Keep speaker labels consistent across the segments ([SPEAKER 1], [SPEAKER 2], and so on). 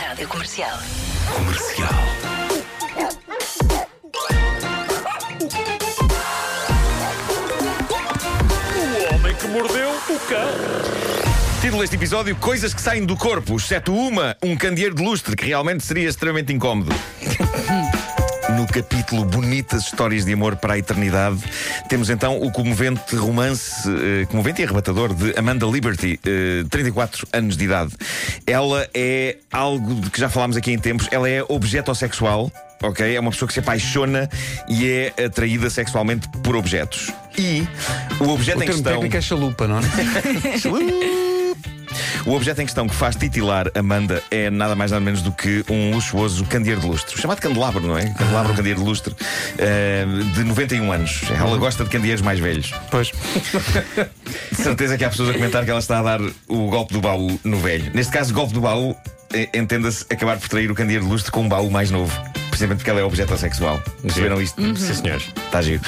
[SPEAKER 1] Rádio Comercial.
[SPEAKER 2] Comercial.
[SPEAKER 3] O homem que mordeu o cão.
[SPEAKER 2] Título deste episódio: Coisas que saem do corpo, exceto uma, um candeeiro de lustre, que realmente seria extremamente incómodo. No capítulo Bonitas Histórias de Amor para a Eternidade, temos então o comovente romance, eh, comovente e arrebatador, de Amanda Liberty, eh, 34 anos de idade. Ela é algo de que já falámos aqui em tempos, ela é objeto sexual, ok? É uma pessoa que se apaixona e é atraída sexualmente por objetos. E o objeto
[SPEAKER 4] O
[SPEAKER 2] em
[SPEAKER 4] termo
[SPEAKER 2] questão.
[SPEAKER 4] técnico é chalupa, não é?
[SPEAKER 2] O objeto em questão que faz titilar Amanda é nada mais nada menos do que um luxuoso candeeiro de lustre. Chamado candelabro, não é? Candelabro, candeeiro de lustre, eh, de 91 anos. Ela gosta de candeeiros mais velhos.
[SPEAKER 4] Pois.
[SPEAKER 2] De certeza que há pessoas a comentar que ela está a dar o golpe do baú no velho. Neste caso, golpe do baú, eh, entenda-se acabar por trair o candeeiro de lustre com um baú mais novo. Precisamente porque ela é objeto sexual. Perceberam isto?
[SPEAKER 3] Sim, senhores.
[SPEAKER 2] Está giro.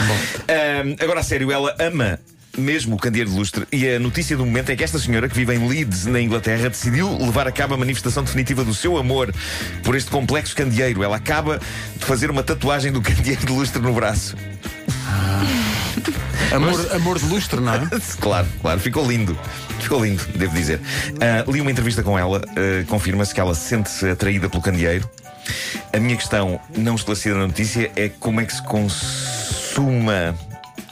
[SPEAKER 2] Ahm, agora, a sério, ela ama mesmo o candeeiro de lustre e a notícia do momento é que esta senhora que vive em Leeds, na Inglaterra, decidiu levar a cabo a manifestação definitiva do seu amor por este complexo candeeiro. Ela acaba de fazer uma tatuagem do candeeiro de lustre no braço.
[SPEAKER 4] Amor, amor de lustre, não é?
[SPEAKER 2] claro, claro, ficou lindo. Ficou lindo, devo dizer. Ah, li uma entrevista com ela, ah, confirma-se que ela sente-se atraída pelo candeeiro. A minha questão, não esclarecida na notícia, é como é que se consuma.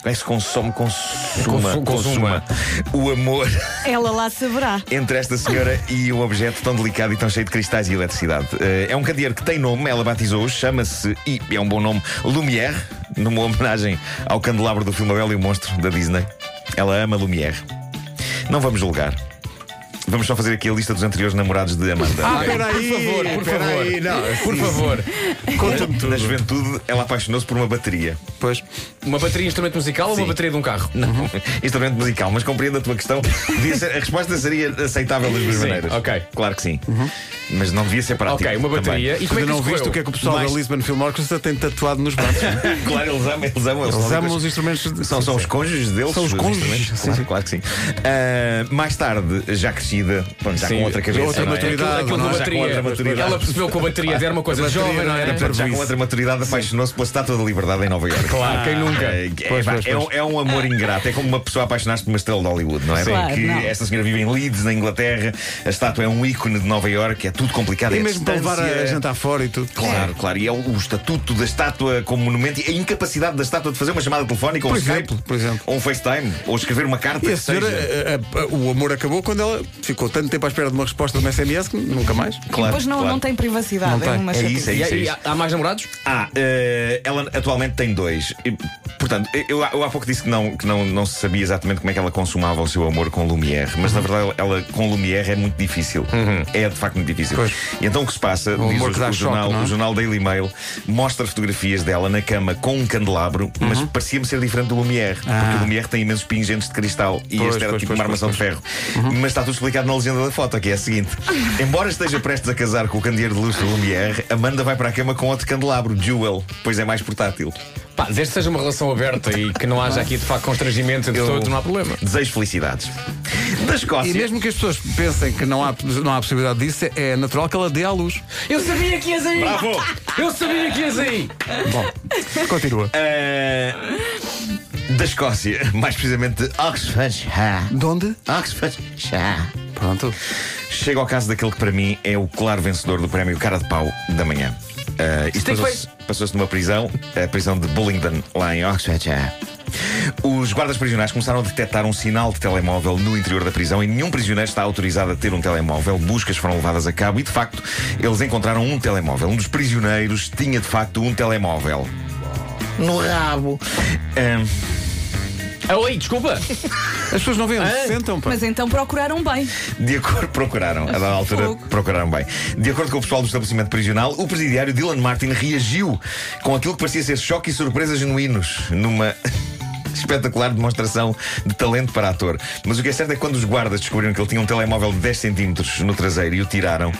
[SPEAKER 2] Como é que se consome, consuma,
[SPEAKER 4] Consu-
[SPEAKER 2] consuma
[SPEAKER 4] consuma.
[SPEAKER 2] o amor
[SPEAKER 5] Ela lá saberá.
[SPEAKER 2] entre esta senhora e um objeto tão delicado e tão cheio de cristais e eletricidade. Eh, é um candeeiro que tem nome, ela batizou-o, chama-se, e é um bom nome, Lumière, numa homenagem ao candelabro do filme A Bela e o Monstro, da Disney. Ela ama Lumière. Não vamos julgar. Vamos só fazer aqui a lista dos anteriores namorados de Amanda.
[SPEAKER 4] Ah,
[SPEAKER 6] Ah,
[SPEAKER 4] Peraí, por favor, por favor. não, por favor.
[SPEAKER 2] Na- Na juventude, ela apaixonou-se por uma bateria.
[SPEAKER 4] Pois.
[SPEAKER 6] Uma bateria de instrumento musical ou uma bateria de um carro?
[SPEAKER 2] Não, instrumento é musical, mas compreendo a tua questão. Devia ser- a resposta seria aceitável das duas
[SPEAKER 6] Sim,
[SPEAKER 2] maneiras.
[SPEAKER 6] ok. Uhum.
[SPEAKER 2] Claro que sim. Mas não devia ser prático.
[SPEAKER 6] Ok, uma
[SPEAKER 2] também.
[SPEAKER 6] bateria. E como
[SPEAKER 4] Ainda
[SPEAKER 6] é que
[SPEAKER 4] não
[SPEAKER 6] isso correu?
[SPEAKER 4] viste o que é que o pessoal
[SPEAKER 2] Mais-
[SPEAKER 4] da Lisbon Film Orchestra tem tatuado nos braços. não é?
[SPEAKER 2] Claro, eles amam, eles amam.
[SPEAKER 4] Eles
[SPEAKER 2] são
[SPEAKER 4] amam
[SPEAKER 2] amigos.
[SPEAKER 4] os instrumentos. de-
[SPEAKER 2] São, são os cônjuges deles.
[SPEAKER 4] São os cônjuges,
[SPEAKER 2] instrumentos,
[SPEAKER 4] sim,
[SPEAKER 2] Claro,
[SPEAKER 4] sim.
[SPEAKER 2] claro que sim. Ah, mais tarde, já crescida, pronto, já
[SPEAKER 6] Sim,
[SPEAKER 2] com outra cabeça.
[SPEAKER 4] outra
[SPEAKER 2] não é?
[SPEAKER 4] maturidade.
[SPEAKER 6] Aquilo, aquilo
[SPEAKER 4] Não,
[SPEAKER 6] da
[SPEAKER 2] já com outra
[SPEAKER 6] bateria.
[SPEAKER 2] maturidade.
[SPEAKER 6] Ela percebeu que a bateria era uma coisa
[SPEAKER 4] A bateria
[SPEAKER 6] jovem, não
[SPEAKER 4] não
[SPEAKER 6] era?
[SPEAKER 4] era
[SPEAKER 2] Portanto, já com outra maturidade, apaixonou-se pela estátua da liberdade em Nova Iorque.
[SPEAKER 6] Claro, quem nunca?
[SPEAKER 2] É, é,
[SPEAKER 4] Pois,
[SPEAKER 2] pá,
[SPEAKER 4] pois,
[SPEAKER 2] é um, é um amor ingrato, é como uma pessoa apaixonar-se por uma estrela de Hollywood, não é?
[SPEAKER 5] Claro,
[SPEAKER 2] Porque
[SPEAKER 5] não.
[SPEAKER 2] esta senhora vive em Leeds, na Inglaterra, a estátua é um ícone de Nova Iorque, é tudo complicado, é
[SPEAKER 4] E mesmo para levar
[SPEAKER 2] distância.
[SPEAKER 4] a jantar fora e tudo.
[SPEAKER 2] Claro, claro. E é o o estatuto da estátua como monumento e a incapacidade da estátua de fazer uma chamada telefónica ou
[SPEAKER 4] Por
[SPEAKER 2] um Skype,
[SPEAKER 4] exemplo, por exemplo.
[SPEAKER 2] ou um FaceTime, ou escrever uma carta.
[SPEAKER 4] E a
[SPEAKER 2] que
[SPEAKER 4] senhora, eh,
[SPEAKER 2] seja.
[SPEAKER 4] a- a- a- o amor acabou quando ela ficou tanto tempo à espera de uma resposta de um SMS que nunca mais.
[SPEAKER 2] Claro,
[SPEAKER 5] Depois não,
[SPEAKER 2] claro.
[SPEAKER 5] não tem privacidade.
[SPEAKER 4] Não
[SPEAKER 5] é
[SPEAKER 4] tem.
[SPEAKER 5] uma
[SPEAKER 2] É
[SPEAKER 5] chatice.
[SPEAKER 2] isso, é
[SPEAKER 6] E,
[SPEAKER 2] isso. É
[SPEAKER 6] e
[SPEAKER 2] isso.
[SPEAKER 6] há, há mais namorados?
[SPEAKER 2] Ah, eh, ela atualmente tem dois. E, portanto, eh, eu, eu há pouco disse que, não, que não, não se sabia exatamente como é que ela consumava o seu amor com Lumière, mas
[SPEAKER 4] Uhum.
[SPEAKER 2] na verdade ela com Lumière é muito difícil. É de facto muito difícil.
[SPEAKER 4] Pois.
[SPEAKER 2] E então o que se passa,
[SPEAKER 4] O
[SPEAKER 2] diz
[SPEAKER 4] amor que dá
[SPEAKER 2] o,
[SPEAKER 4] choque,
[SPEAKER 2] jornal,
[SPEAKER 4] não é?
[SPEAKER 2] o jornal Daily Mail mostra fotografias dela na cama com um candelabro, mas
[SPEAKER 4] Uhum.
[SPEAKER 2] parecia-me ser diferente do Lumière, porque o Lumière tem imensos pingentes de cristal e
[SPEAKER 4] Ah. Pois,
[SPEAKER 2] este era
[SPEAKER 4] pois,
[SPEAKER 2] tipo
[SPEAKER 4] pois,
[SPEAKER 2] uma armação
[SPEAKER 4] pois, Uhum.
[SPEAKER 2] de ferro. Uhum. Mas está tudo explicado na legenda da foto, que é a seguinte: embora esteja prestes a casar com o candeeiro de luz do Lumière, Amanda vai para a cama com outro candelabro, Jewel, pois é mais portátil.
[SPEAKER 6] Pá, desde que seja uma relação aberta e que não haja aqui de facto constrangimento entre
[SPEAKER 2] Eu-
[SPEAKER 6] todos, não há problema.
[SPEAKER 2] Desejo felicidades. Da Escócia.
[SPEAKER 4] E mesmo que as pessoas pensem que não há, não há possibilidade disso, é natural que ela dê à luz.
[SPEAKER 6] Eu sabia que ias aí!
[SPEAKER 2] Bravo!
[SPEAKER 4] assim?
[SPEAKER 6] Eu sabia que ias aí!
[SPEAKER 4] Bom, continua.
[SPEAKER 2] Eh, da Escócia, mais precisamente de Oxfordshire.
[SPEAKER 4] De onde?
[SPEAKER 2] Oxfordshire.
[SPEAKER 4] Pronto.
[SPEAKER 2] Chega ao caso daquele que para mim é o claro vencedor do prémio Cara de Pau da manhã. Ah, isto
[SPEAKER 6] Tem que
[SPEAKER 2] passou-se passou-se numa prisão, a prisão de Bullingdon, lá em Oxfordshire. Os guardas prisionais começaram a detectar um sinal de telemóvel no interior da prisão e nenhum prisioneiro está autorizado a ter um telemóvel. Buscas foram levadas a cabo e, de facto, eles encontraram um telemóvel. Um dos prisioneiros tinha, de facto, um telemóvel. No rabo. Ah,
[SPEAKER 6] Ah, oi, desculpa!
[SPEAKER 4] As pessoas não veem, sentam, pá.
[SPEAKER 5] Mas então procuraram bem.
[SPEAKER 2] De acordo, procuraram, a dada altura
[SPEAKER 5] Fogo.
[SPEAKER 2] procuraram bem. De acordo com o pessoal do estabelecimento prisional, o presidiário Dylan Martin reagiu com aquilo que parecia ser choque e surpresa genuínos numa. Espetacular demonstração de talento para ator. Mas o que é certo é que quando os guardas descobriram que ele tinha um telemóvel de 10 centímetros no traseiro e o tiraram,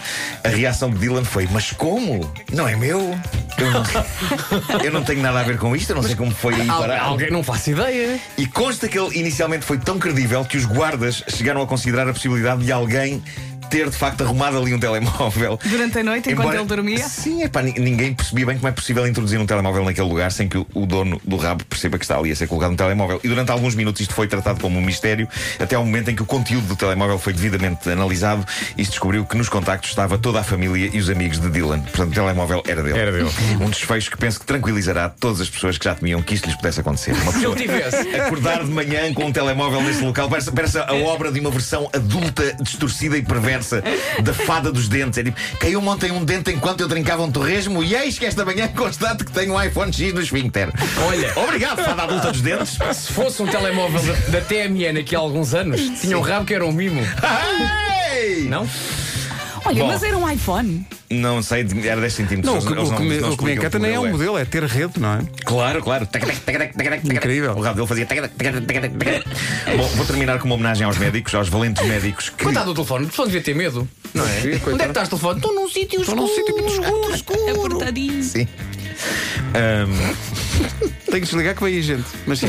[SPEAKER 2] a reação de Dylan foi: Mas como? Não é meu? Eu não, eu não tenho nada a ver com isto, eu não sei como foi aí
[SPEAKER 6] Al-
[SPEAKER 2] parar.
[SPEAKER 6] alguém não faço ideia.
[SPEAKER 2] E consta que ele inicialmente foi tão credível que os guardas chegaram a considerar a possibilidade de alguém ter de facto arrumado ali um telemóvel.
[SPEAKER 5] Durante a noite, enquanto
[SPEAKER 2] Embora-
[SPEAKER 5] ele dormia.
[SPEAKER 2] Sim, é pá, ninguém percebia bem como é possível introduzir um telemóvel naquele lugar sem que o- o dono do rabo perceba que está ali a ser colocado um telemóvel. E durante alguns minutos isto foi tratado como um mistério, até ao momento em que o conteúdo do telemóvel foi devidamente analisado e se descobriu que nos contactos estava toda a família e os amigos de Dylan. Portanto, o telemóvel era dele.
[SPEAKER 6] Era dele.
[SPEAKER 2] Um desfecho que penso que tranquilizará todas as pessoas que já temiam que isto lhes pudesse acontecer. Uma
[SPEAKER 6] Se
[SPEAKER 2] pessoa
[SPEAKER 6] ele tivesse.
[SPEAKER 2] Acordar de manhã com um telemóvel nesse local parece, parece a obra de uma versão adulta, distorcida e perversa da fada dos dentes. É tipo, caiu ontem um dente enquanto eu trincava um torresmo e eis que esta manhã constato que tenho um iPhone X no esfíncter.
[SPEAKER 6] Olha.
[SPEAKER 2] Obrigado, fada adulta dos dentes.
[SPEAKER 6] Se fosse um telemóvel da, da TMN aqui há alguns anos, tinha um rabo que era um mimo.
[SPEAKER 2] Ei!
[SPEAKER 6] Não?
[SPEAKER 5] Olha,
[SPEAKER 2] Bom.
[SPEAKER 5] mas era um iPhone.
[SPEAKER 2] Não sei, era 10 centímetros.
[SPEAKER 4] Não, o
[SPEAKER 2] Eles
[SPEAKER 4] que, o que me,
[SPEAKER 2] eles não
[SPEAKER 4] o que me
[SPEAKER 2] explicam
[SPEAKER 4] encanta nem é o
[SPEAKER 2] modelo
[SPEAKER 4] modelo, é ter rede, não é?
[SPEAKER 2] Claro, claro. Tac, tac, tac, tac, tac, tac, tac.
[SPEAKER 4] Incrível.
[SPEAKER 2] O rabo dele fazia. tac, tac, tac, tac, tac, tac. Bom, vou terminar com uma homenagem aos médicos, aos valentes médicos que.
[SPEAKER 6] Coitado do telefone, o telefone devia ter medo. Não é?
[SPEAKER 4] Sim, coitado.
[SPEAKER 6] Onde é que estás, telefone? Estou num sítio escuro.
[SPEAKER 4] num sítio muito
[SPEAKER 6] escuro,
[SPEAKER 5] Apertadinho.
[SPEAKER 2] Sim. Ahm,
[SPEAKER 4] Tenho que desligar que vem aí, gente. Mas sim,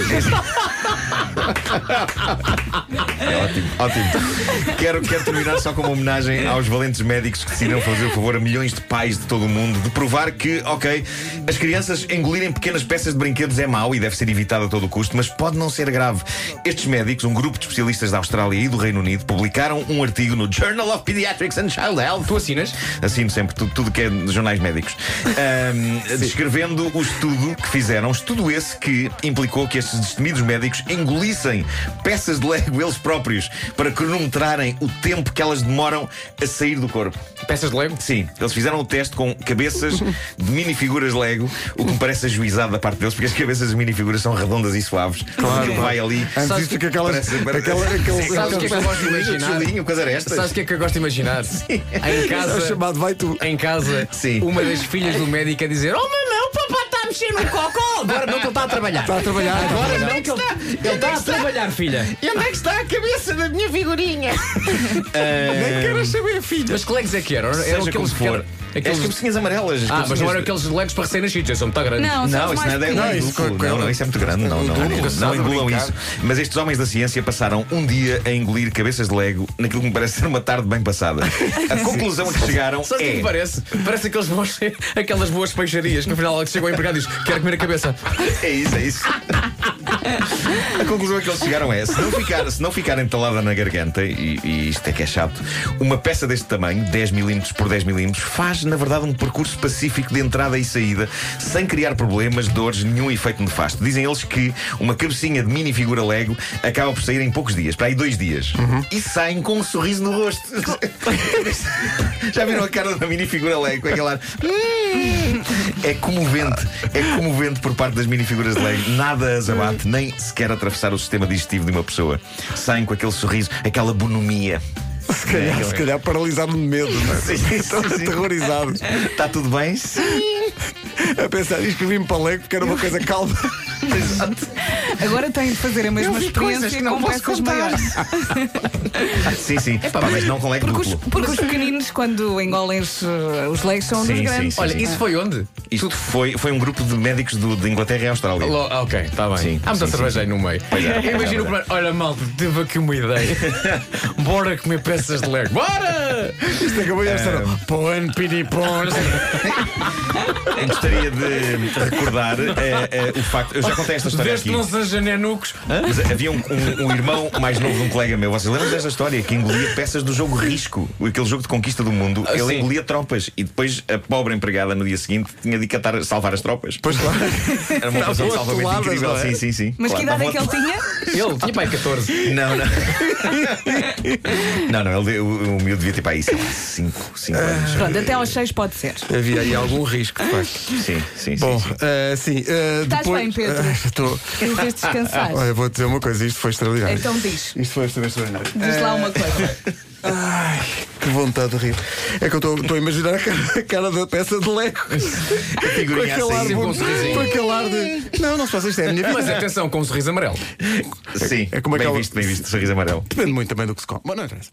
[SPEAKER 2] Ótimo, ótimo. Quero, quero terminar só com uma homenagem aos valentes médicos que decidiram fazer o favor a milhões de pais de todo o mundo de provar que, ok, as crianças engolirem pequenas peças de brinquedos é mau e deve ser evitado a todo o custo, mas pode não ser grave. Estes médicos, um grupo de especialistas da Austrália e do Reino Unido, publicaram um artigo no Journal of Pediatrics and Child Health.
[SPEAKER 6] Tu assinas?
[SPEAKER 2] Assino sempre tudo, tudo que é de jornais médicos. Ahm, descrevendo o estudo que fizeram, um estudo esse que implicou que estes destemidos médicos engolissem peças de Lego eles próprios para cronometrarem o tempo que elas demoram a sair do corpo.
[SPEAKER 6] Peças de Lego?
[SPEAKER 2] Sim, eles fizeram o teste com cabeças de minifiguras Lego, o que me parece ajuizado da parte deles, porque as cabeças de minifiguras são redondas e suaves. Claro, vai ali.
[SPEAKER 4] antes
[SPEAKER 6] Sabes
[SPEAKER 4] disto
[SPEAKER 6] que-
[SPEAKER 4] que aquelas.
[SPEAKER 2] parece- parece-
[SPEAKER 4] aquela- aqueles-
[SPEAKER 6] Sabes o que é que eu gosto de imaginar?
[SPEAKER 2] Chulinho, coisa era esta?
[SPEAKER 6] Sabes o que é que eu gosto de imaginar? Em
[SPEAKER 4] É o
[SPEAKER 6] casa,
[SPEAKER 4] chamado vai tu.
[SPEAKER 6] em casa
[SPEAKER 2] Sim.
[SPEAKER 6] uma das filhas do médico a dizer: Oh, mamãe, o papá está a mexer no cocó. Agora não que ele está a trabalhar.
[SPEAKER 4] Está a trabalhar. está a
[SPEAKER 6] Agora
[SPEAKER 4] trabalhar.
[SPEAKER 6] Tá. não que ele ele está a trabalhar, filha.
[SPEAKER 2] E onde é que está a cabeça da minha figurinha?
[SPEAKER 4] Nem quero saber, filho.
[SPEAKER 6] Mas que legos é que eram? Eram
[SPEAKER 2] Seja como
[SPEAKER 6] aqueles que
[SPEAKER 2] for.
[SPEAKER 6] eram.
[SPEAKER 2] As
[SPEAKER 6] Aqueles...
[SPEAKER 2] cabecinhas amarelas. as
[SPEAKER 6] Ah, mas não
[SPEAKER 2] cabecinhas-
[SPEAKER 6] eram aqueles legos para recém-nascidos, eles são muito grandes.
[SPEAKER 5] Não,
[SPEAKER 2] Não,
[SPEAKER 5] são
[SPEAKER 2] isso
[SPEAKER 5] mais
[SPEAKER 2] não é, não,
[SPEAKER 5] pequenos.
[SPEAKER 4] isso
[SPEAKER 2] isso,
[SPEAKER 4] com- com-
[SPEAKER 2] não, não, isso é muito grande. Não, não,
[SPEAKER 4] com-
[SPEAKER 2] não,
[SPEAKER 4] com-
[SPEAKER 2] não
[SPEAKER 4] com-
[SPEAKER 2] engulam
[SPEAKER 4] brincar.
[SPEAKER 2] isso. Mas estes homens da ciência passaram um dia a engolir cabeças de Lego naquilo que me parece ser uma tarde bem passada. A conclusão a que chegaram
[SPEAKER 6] Sabe o que, é que
[SPEAKER 2] é.
[SPEAKER 6] parece? Parece aqueles bons, aquelas boas peixarias que no final chega o empregado e diz: Quero comer a cabeça.
[SPEAKER 2] É isso, é isso. A conclusão a que eles chegaram é: se não ficar, se não ficar entalada na garganta, e, e isto é que é chato, uma peça deste tamanho, 10mm por 10mm, faz na verdade um percurso pacífico de entrada e saída, sem criar problemas, dores, nenhum efeito nefasto. Dizem eles que uma cabecinha de minifigura Lego acaba por sair em poucos dias, para aí dois dias.
[SPEAKER 5] Uhum.
[SPEAKER 2] E saem com um sorriso no rosto. Já viram a cara da minifigura Lego com aquela. É comovente, é comovente por parte das minifiguras de Lego. Nada as abate, nem sequer atravessar o sistema digestivo de uma pessoa. Saem com aquele sorriso, aquela bonomia.
[SPEAKER 4] Se calhar, se calhar paralisaram de medo, não é? Estão aterrorizados.
[SPEAKER 2] Está Tá tudo bem? Sim.
[SPEAKER 4] A pensar, escrevi-me para Lego porque era uma coisa calma.
[SPEAKER 2] Exato.
[SPEAKER 5] Agora tenho de fazer a mesma
[SPEAKER 2] vi coisas que
[SPEAKER 5] experiência
[SPEAKER 2] não
[SPEAKER 5] com
[SPEAKER 2] posso
[SPEAKER 5] peças
[SPEAKER 2] contar.
[SPEAKER 5] maiores.
[SPEAKER 2] Sim, sim. Pá, mas não com Lego
[SPEAKER 5] Porque os,
[SPEAKER 2] duplo.
[SPEAKER 5] porque os pequeninos, quando engolem os, eh, os legs, são
[SPEAKER 2] Sim,
[SPEAKER 5] dos
[SPEAKER 2] sim,
[SPEAKER 5] grandes.
[SPEAKER 2] sim.
[SPEAKER 6] Olha, isso foi onde?
[SPEAKER 2] Isto foi, foi um grupo de médicos do- de Inglaterra e Austrália.
[SPEAKER 6] Lo- ah, ok, está bem.
[SPEAKER 2] É. Sim,
[SPEAKER 6] Há muita
[SPEAKER 2] sim,
[SPEAKER 6] cerveja
[SPEAKER 2] sim,
[SPEAKER 6] aí no meio.
[SPEAKER 2] Pois é.
[SPEAKER 6] Eu imagino o primeiro. Olha, malta, tive aqui uma ideia. Bora comer peças de Lego. Bora!
[SPEAKER 4] Isto acabou de estar. Poan, piripons.
[SPEAKER 2] Eu gostaria de recordar eh, eh, o facto. Eu já contei esta história
[SPEAKER 6] Desde
[SPEAKER 2] aqui.
[SPEAKER 6] que não sejam nenucos.
[SPEAKER 2] Mas havia um, um- um irmão mais novo de um colega meu. Vocês lembram desta história? Que engolia peças do jogo Risco, aquele jogo de conquista do mundo.
[SPEAKER 6] Ah,
[SPEAKER 2] ele
[SPEAKER 6] sim.
[SPEAKER 2] engolia tropas e depois a pobre empregada no dia seguinte tinha de catar, salvar as tropas.
[SPEAKER 4] Pois claro.
[SPEAKER 2] Era uma operação de
[SPEAKER 4] Estavam
[SPEAKER 2] salvamento
[SPEAKER 4] atoladas,
[SPEAKER 2] incrível.
[SPEAKER 4] não é?
[SPEAKER 2] Sim, sim, sim.
[SPEAKER 5] Mas que idade é que ele tinha?
[SPEAKER 6] Ele tinha pai 14.
[SPEAKER 2] tinha? Não, não. não, não, ele, o, o meu devia ter para aí 5 cinco anos.
[SPEAKER 4] Ah.
[SPEAKER 5] Pronto, até aos seis pode ser.
[SPEAKER 4] Havia aí algum risco, de facto.
[SPEAKER 2] Sim, sim,
[SPEAKER 4] Bom,
[SPEAKER 2] sim. sim.
[SPEAKER 4] eh, sim. eh,
[SPEAKER 5] Estás
[SPEAKER 4] depois...
[SPEAKER 5] bem, Pedro?
[SPEAKER 4] Eh, Estou.
[SPEAKER 5] Em vez de descansar.
[SPEAKER 4] Olha, vou dizer uma coisa, isto foi extraordinário.
[SPEAKER 5] Então diz.
[SPEAKER 4] Isto foi extraordinário.
[SPEAKER 5] Diz lá uma coisa.
[SPEAKER 4] Ai, que vontade de rir. É que eu estou- estou a imaginar a cara, a cara da peça de Lego.
[SPEAKER 2] A
[SPEAKER 4] Com
[SPEAKER 2] figurinha assim, a
[SPEAKER 4] aquele ar
[SPEAKER 2] sair.
[SPEAKER 6] com
[SPEAKER 4] bom-
[SPEAKER 6] um sorrisinho.
[SPEAKER 4] com aquele ar de. Não, não se faça isto, é a minha
[SPEAKER 6] Mas
[SPEAKER 4] vida.
[SPEAKER 6] atenção, com um sorriso amarelo.
[SPEAKER 2] Sim,
[SPEAKER 4] É como
[SPEAKER 2] bem
[SPEAKER 4] aquela-
[SPEAKER 2] visto, bem visto, sorriso amarelo.
[SPEAKER 4] Depende muito também do que se come. Mas não interessa.